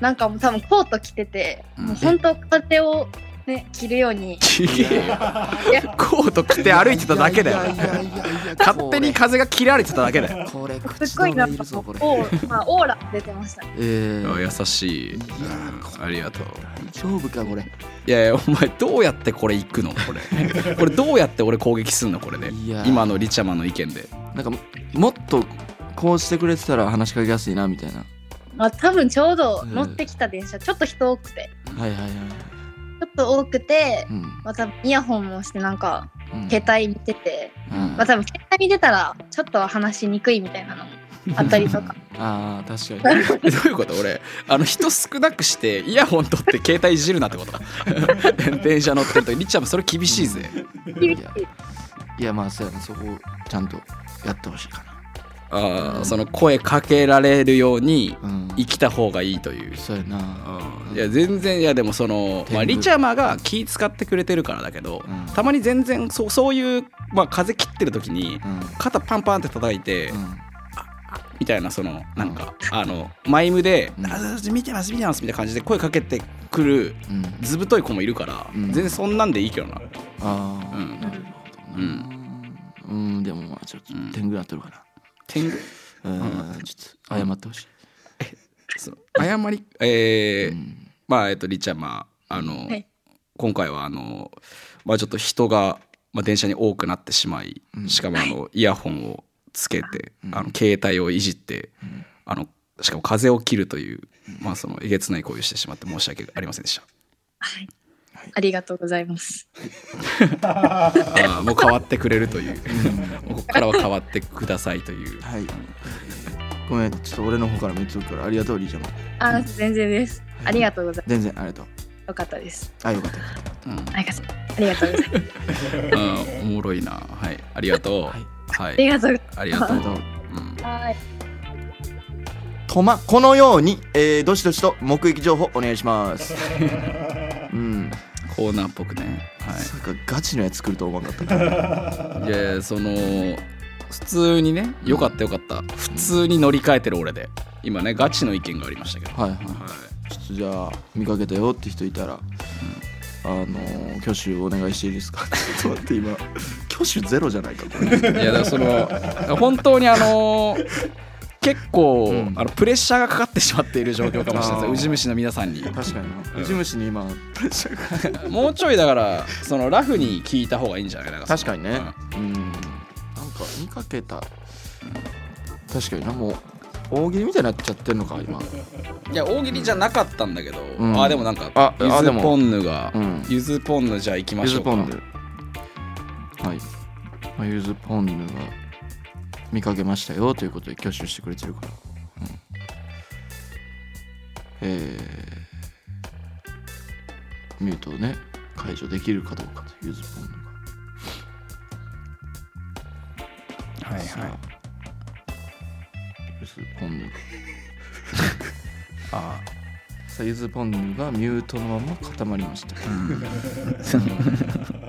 なんかもう多分コート着ててもう本当風をね切るようにコート着て歩いてただけだよいやいやいやいや勝手に風が切られてただけだよこれすっごいなんかこうオー,、 [laughs] まあ、オーラ出てましたねえー、優しいいやうんありがとう大丈夫かこれいやいやお前どうやってこれ行くのこれ [laughs] これどうやって俺攻撃すんのこれでいや今のリチャマの意見でなんかもっとこうしてくれてたら話しかけやすいなみたいなまあ多分ちょうど乗ってきた電車ちょっと人多くてはいはいはいちょっと多くてうん、またイヤホンもしてなんかうん携帯見てて、うん [laughs] まあ、多分携帯見てたらちょっと話しにくいみたいなのもあったりとかあー確かに [laughs] どういうこと俺あの人少なくしてイヤホン取って携帯いじるなってこと電車乗ってるとり [laughs] っちゃんもそれ厳しいぜいやいやまあそうやなそこをちゃんとやってほしいかあーその声かけられるようになうん生きた方がいいというそうやなうんいや全然いやでもその、ま天あ、狗リチャマが気使ってくれてるからだけど、うんたまに全然そうそういう、まあ、風切ってる時うにん肩パンパンって叩いて、うんみたいなそのなんか、あのマイムでう「んあ見てます見てます」みたいな感じで声かけてくるうんずぶとい子もいるから、うん全然そんなんでいいけどな。あうあんうんうんでもまあちょっとうん天狗になってるか天狗らうんちょっと謝ってほしいそう謝りえーうんまあえっとリチャマあの、はい今回はあの、まあ、ちょっと人が、まあ、電車に多くなってしまい、うんしかもあのイヤホンをつけて、うんあの携帯をいじって、んあのしかも風を切るという、まあ、そのえげつない行為をしてしまって申し訳ありませんでした。ありがとうございますあーもう変わってくれると [laughs] いうもうここからは変わってくださいという。はいごめんちょっと俺の方から3つ送るからありがとうリーちゃんもあ全然ですありがとうございま全然ありがとうすよかったですあよかったよかっうんありがとうありがとうございますうん、おもろいな。はい、ありがと。はいうはありい、がとうございありがたあとうり。がとううんますはいとまこのように、えー、どしどしと目撃情報お願いし [laughs] ます。うん、コーナーっぽくね。はいま。さかガチのやつ来ると思わなかったから。いやいやその普通にねよかったよかった普通に乗り換えてる俺で今ねガチの意見がありましたけど、はいはい。ちょっとじゃあ見かけたよって人いたら、あのー、挙手お願いしていいですか。 [laughs] ちょっと待って今挙手ゼロじゃないかこれ。い、やだからその本当にあの結構、うんあのプレッシャーがかかってしまっている状況かもしれないですあー宇治虫の皆さんに確かにな。ウジ虫に今プレッシャーが。もうちょいだからそのラフに聞いた方がいいんじゃないなんか確かにね。うん。なんか見かけた。確かになもう大喜利みたいになっちゃってるのか今。にいや大喜利じゃなかったんだけど、んあでもなんかあゆあでずもポンヌが、うんゆずポンヌじゃあ行きまゆしょずうかポンヌはいまあゆずポンヌが見かけましたよということで挙手してくれてるから、うんえーミュートをね解除できるかどうかとゆずポンヌがはいさはいあゆずポンヌがあさあゆずポンヌがミュートのまま固まりましたー [laughs]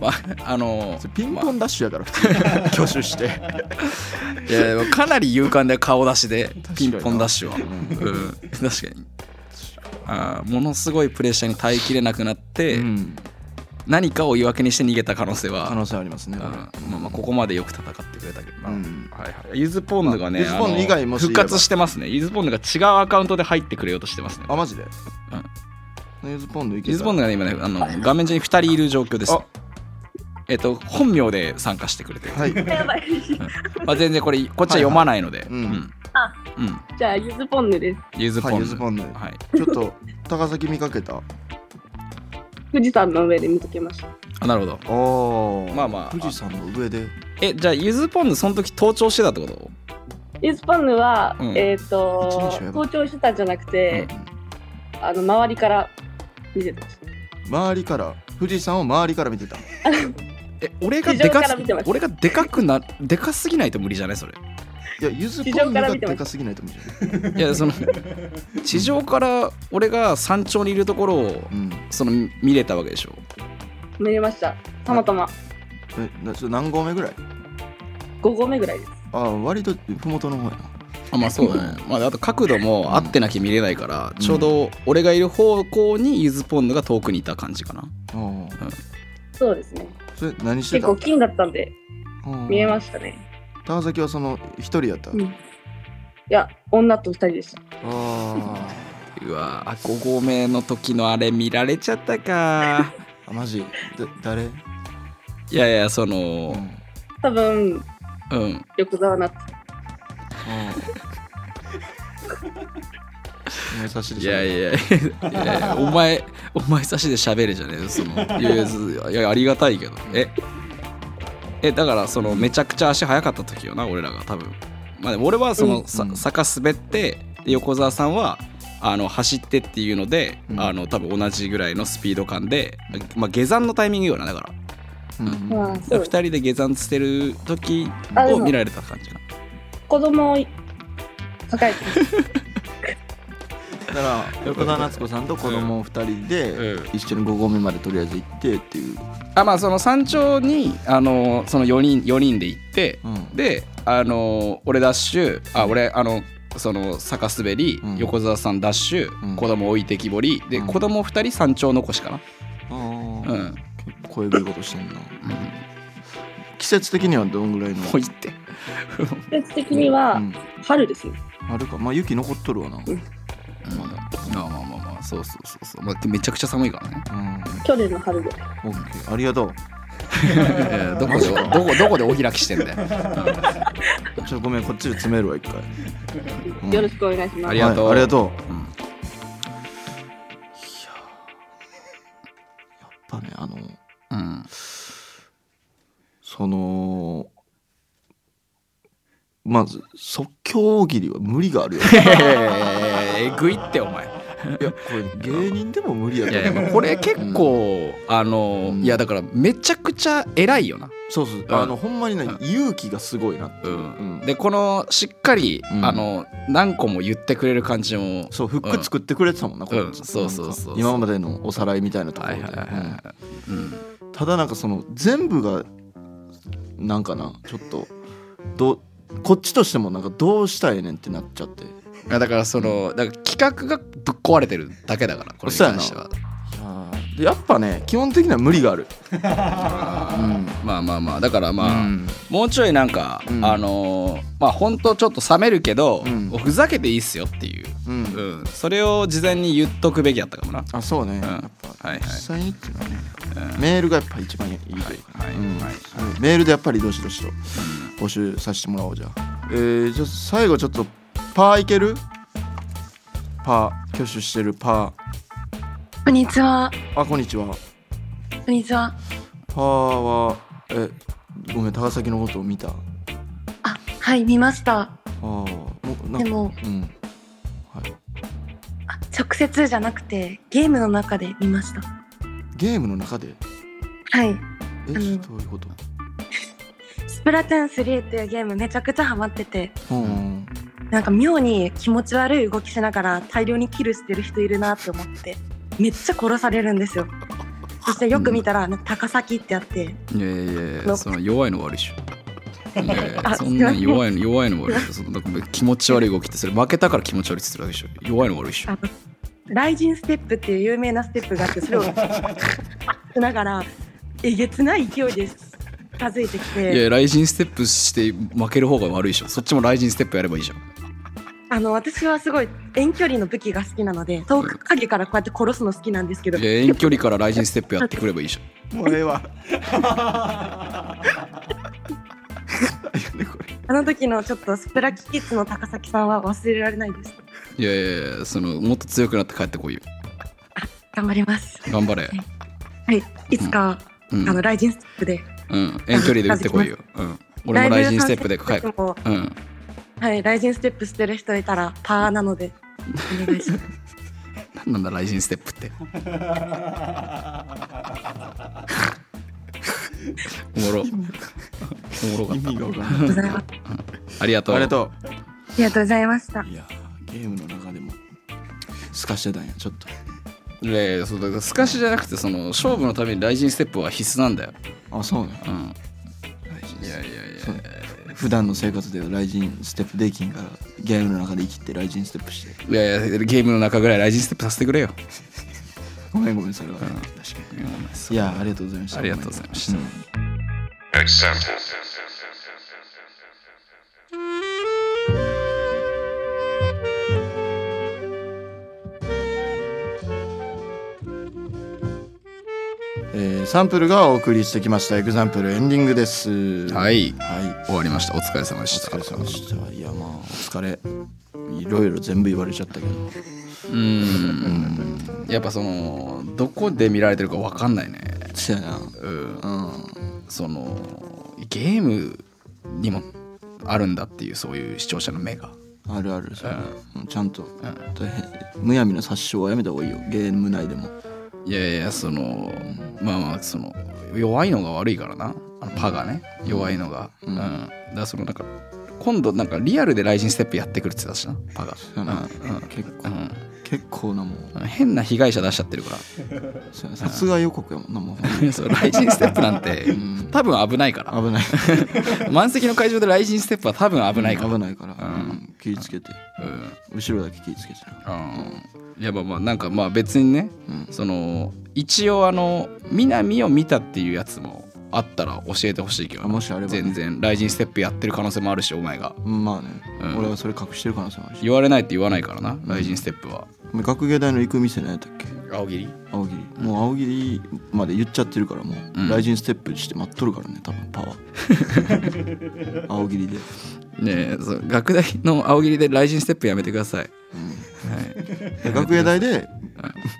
まああのそれピンポンダッシュやから普通に挙手していやでもかなり勇敢で顔出しでかにピンポンダッシュは、うん、確かにあーものすごいプレッシャーに耐えきれなくなって、うん何かを言い訳にして逃げた可能性は可能性ありますねうこんれまあ、まあここまでよく戦ってくれたけどな、うんはいはい、ゆずポンヌがね、まあゆずポンヌ以外もしあの復活してますねゆずポンヌが違うアカウントで入ってくれようとしてますねあ、マジで。うん。ゆずポンドいけたゆずポンヌがね今ねあの画面上に2人いる状況です、あえっと本名で参加してくれてる、はい。やばいまあ、全然これこっちは読まないので、いうんあうんうんじゃあゆずポンヌですゆずポンはヌい、ゆずポンド。はいちょっと高崎見かけた。富士山の上で見つけました。あなるほどおお。まあまあ富士山の上で。えじゃあゆずポンヌその時盗聴してたってことユースパンヌは、うんえっ、と一人称やば盗聴してたんじゃなくて、うんあの周りから見せてました。周りから、富士山を周りから見てた。え俺がでか地上かすら見てました俺がでかくなでかすぎないと無理じゃない [laughs] それいや、ゆずポ地上ンドからが見てまですかすぎないと思うじいやその地上から俺が山頂にいるところをゃん。その見れたわけでしょ見れました。たまたまうん。え、な、それ何合目ぐらい。 5合目ぐらいです。あ、割と麓の方やな。あまあそうだ [laughs] ね、まあ、あと角度も合ってなきゃ見れないから、ちょうど俺がいる方向にゆずポンヌが遠くにいた感じかなおーそうですね。それ、何して結た。構金だったんで見えまししたね。た。高崎はその一人やった。うんいや女と2人でした。あうわー5合目の時のあれ見られちゃったか [laughs] ーあ、マジ。で、誰。うんいやいやその多分うん横澤なってお前差しでいしょやいやいやいやいやお前お前差しで喋るじゃねえよそのいやいやずいやありがたいけどええだからそのめちゃくちゃ足速かった時よな俺らが多分まあ、でも俺はその、うんさ坂滑ってで横澤さんはあの走ってっていうので、うんあの多分同じぐらいのスピード感で、まあ、下山のタイミングよなだからうんまあ、そう2人で下山してる時あでをも見られた感じかな子供を抱えてだから横田夏子さんと子供二人でうん一緒に5合目までとりあえず行ってっていう、あまあその山頂にあのその4人四人で行って、うんであの俺ダッシュあ俺あのその坂滑り、うん横澤さんダッシュ、うん子供置いてきぼりで、うん子供2人山頂残しかなううん、ん、結構小指ことしてんな季節的にはどんぐらいのもういいって季節的にはうん、春ですね。あるかまあ雪残っとるわな、うんまあまあまあまあそうそうそうそう、まあ、めちゃくちゃ寒いからね去年の春ぐらい。オッケーありがとうえーどこでどこどこでお開きしてんだよちょっとごめんこっちで詰めるわ一回、うんよろしくお願いします。ありがとうはいありがとう、うんいやーやっぱねあのうんそのまず即興大喜利は無理があるよ [laughs] ねえぐいってお前いやこれ芸人でも無理やいとやいやまあ思うこれ結構、あのうんいやだからめちゃくちゃ偉いよな、そうそううんあのほんまにね勇気がすごいなってういうんうんでこのしっかり、うんあの何個も言ってくれる感じもそうフック作ってくれてたもんな、これうんそうそうそう今までのおさらいみたいなとこはろで、いはいはいはい、うんうんただなんかその全部がなんかなちょっとどうこっちとしてもなんかどうしたいねんってなっちゃっていいやだからそのだから企画がぶっ壊れてるだけだからこれに関してはやーでやっぱね基本的には無理があ [laughs] る、うんまあまあまあだからまあ、うんもうちょいなんか、うんあのーまあほんとちょっと冷めるけど、うんふざけていいっすよっていう、うんうん、それを事前に言っとくべきだったかもなあそうね、やっぱ、はいはい実際にっていうのはね、メールがやっぱ一番いいというか、はいはいうんはいメールでやっぱりどしどしと募集させてもらおうじゃあ、えー、じゃあ最後ちょっとパーいけるパー挙手してるパこんにちは。ーあこんにちはこんにちは。パーはえごめん高崎のことを見たああ、はい、見ました。あもうなんでかも、うんはい、あ直接じゃなくて、ゲームの中で見ました。ゲームの中ではい。えどうのいうことスプラトゥーン3っていうゲームめちゃくちゃハマってて、うんうんなんか妙に気持ち悪い動きしながら大量にキルしてる人いるなって思って、めっちゃ殺されるんですよ。そしてよく見たら、なんか高崎ってあって、いやいやいやのその弱いの悪いっ [laughs] しょ。いやいやあそんなん弱いの弱いの悪いっしょ。そのなんか気持ち悪い動きってそれ負けたから気持ち悪いって言ってるわけでしょ。弱いの悪いっしょあ。雷神ステップっていう有名なステップがあって、それをしながら、えげつない勢いで近づいてきいやて、雷神ステップして負ける方が悪いっしょ。そっちも雷神ステップやればいいじゃん。あの、私はすごい遠距離の武器が好きなので、遠く影からこうやって殺すの好きなんですけどい、や遠距離から雷神ステップやってくればいいじゃん。もうええわ大変ねこれあの時のちょっとスプラキキッズの高崎さんは忘れられないです。いやいやいやそのもっと強くなって帰ってこいよ。頑張ります。頑張れ。はい、いつか、うん。うあのん、雷神ステップで。遠距離で打ってこ [laughs] いよ。うん。俺も雷神ステップで帰ライブる参。戦の時もうん。はい、雷神ステップしてる人いたら、パーなので。お願 [laughs] いします。なんだ雷神ステッ [laughs] プって。おもろ。おもろか意った味がわかんないありがとうごありがとう。ざいます。ありがとありがとうございましたう。いやーゲームの中でもすかしてたんやちょっといやいやそうだから透かしじゃなくてその勝負のために雷神ステップは必須なんだよ。あそうねうん。雷神いやいやいそうね普段の生活では雷神ステップできんからゲームの中で生きて雷神ステップしてや。いやいやゲームの中ぐらい雷神ステップさせてくれよ。ごめんごめんそれは、確かにいやーありがとうございましたありがとうございましたん Example. えーサンプルがお送りしてきましたエグザンプルエンディングですはいはい終わりました。お疲れ様でおした。疲れ様でしたいやまあお疲れいろいろ全部言われちゃったけどうん。やっぱそのどこで見られてるかわかんないね。そやなうん。うんそのゲームにもあるんだっていうそういう視聴者の目があるある、うんちゃんと、ん大変むやみな殺傷はやめた方がいいよゲーム内でもいやいやそのまあまあその弱いのが悪いからなあのパがね弱いのが、うんだからそのなんか今度なんかリアルでライジンステップやってくるって言ってたしなパが、そうやな結構、うん結構なもんあの変な被害者出しちゃってるからそうや殺害予告やもんなもう [laughs] そうライジンステップなんて多分危ないから危ない満席の会場でライジンステップは多分危ないから、危ないから、うん気ぃつけてうん後ろだけ気ぃつけてなうんいやまあまあなんかまあ別にね、その一応あの南を見たっていうやつもあったら教えてほしいけどなあもしあればね全然ライジンステップやってる可能性もあるしお前がうんまあね、うん俺はそれ隠してる可能性もあるし言われないって言わないからな、ライジンステップはお前学芸大の行く店何やったっけ青霧青桐もう青桐まで言っちゃってるからもう、んライジンステップして待っとるからね多分パワ [laughs] ー青桐でねえそう学大の青霧でライジンステップやめてください、 [laughs] で学芸大で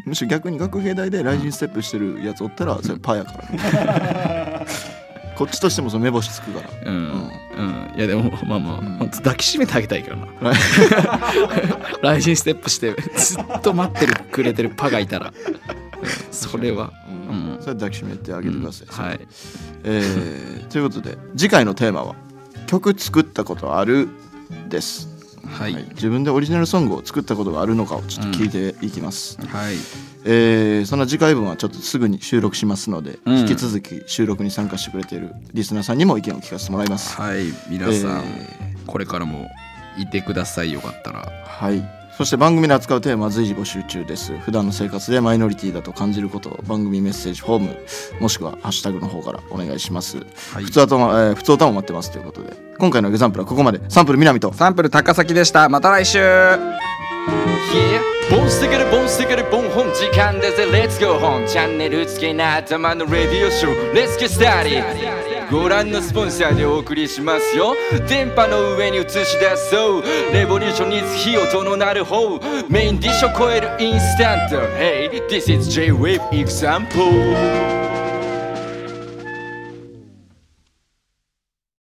むしろ逆に学芸大でライジンステップしてるやつおったらそれパーやから、 [laughs] こっちとしてもその目星つくからうんうん、いやでもまあまあ、ほんと抱きしめてあげたいけどなライジンステップしてずっと待ってるくれてるパがいたらうんそれは、うんそれ抱きしめてあげてください、はいいえーということで次回のテーマは「曲作ったことある?」です、はいはい自分でオリジナルソングを作ったことがあるのかをちょっと聞いていきます、はいえーそんな次回分はちょっとすぐに収録しますので、うん引き続き収録に参加してくれているリスナーさんにも意見を聞かせてもらいます。はい皆さん、えこれからもいてくださいよかったらはいそして番組で扱うテーマは随時募集中です。普段の生活でマイノリティだと感じることを番組メッセージフォームもしくはハッシュタグの方からお願いします。い普通とも、えー、普通歌も待ってますということで今回のエグザンプルはここまでサンプル南とサンプル高崎でしたまた来週 Yeah ボンステカルボンステカルボンホン時間だぜ Let's go home チャンネルつけない頭のレディオショー Let's get started ご覧のスポンサーでお送りしますよ電波の上に映し出そうレボリューションに火をとのなる方メインディッシュを超えるインスタント Hey this is J-Wave example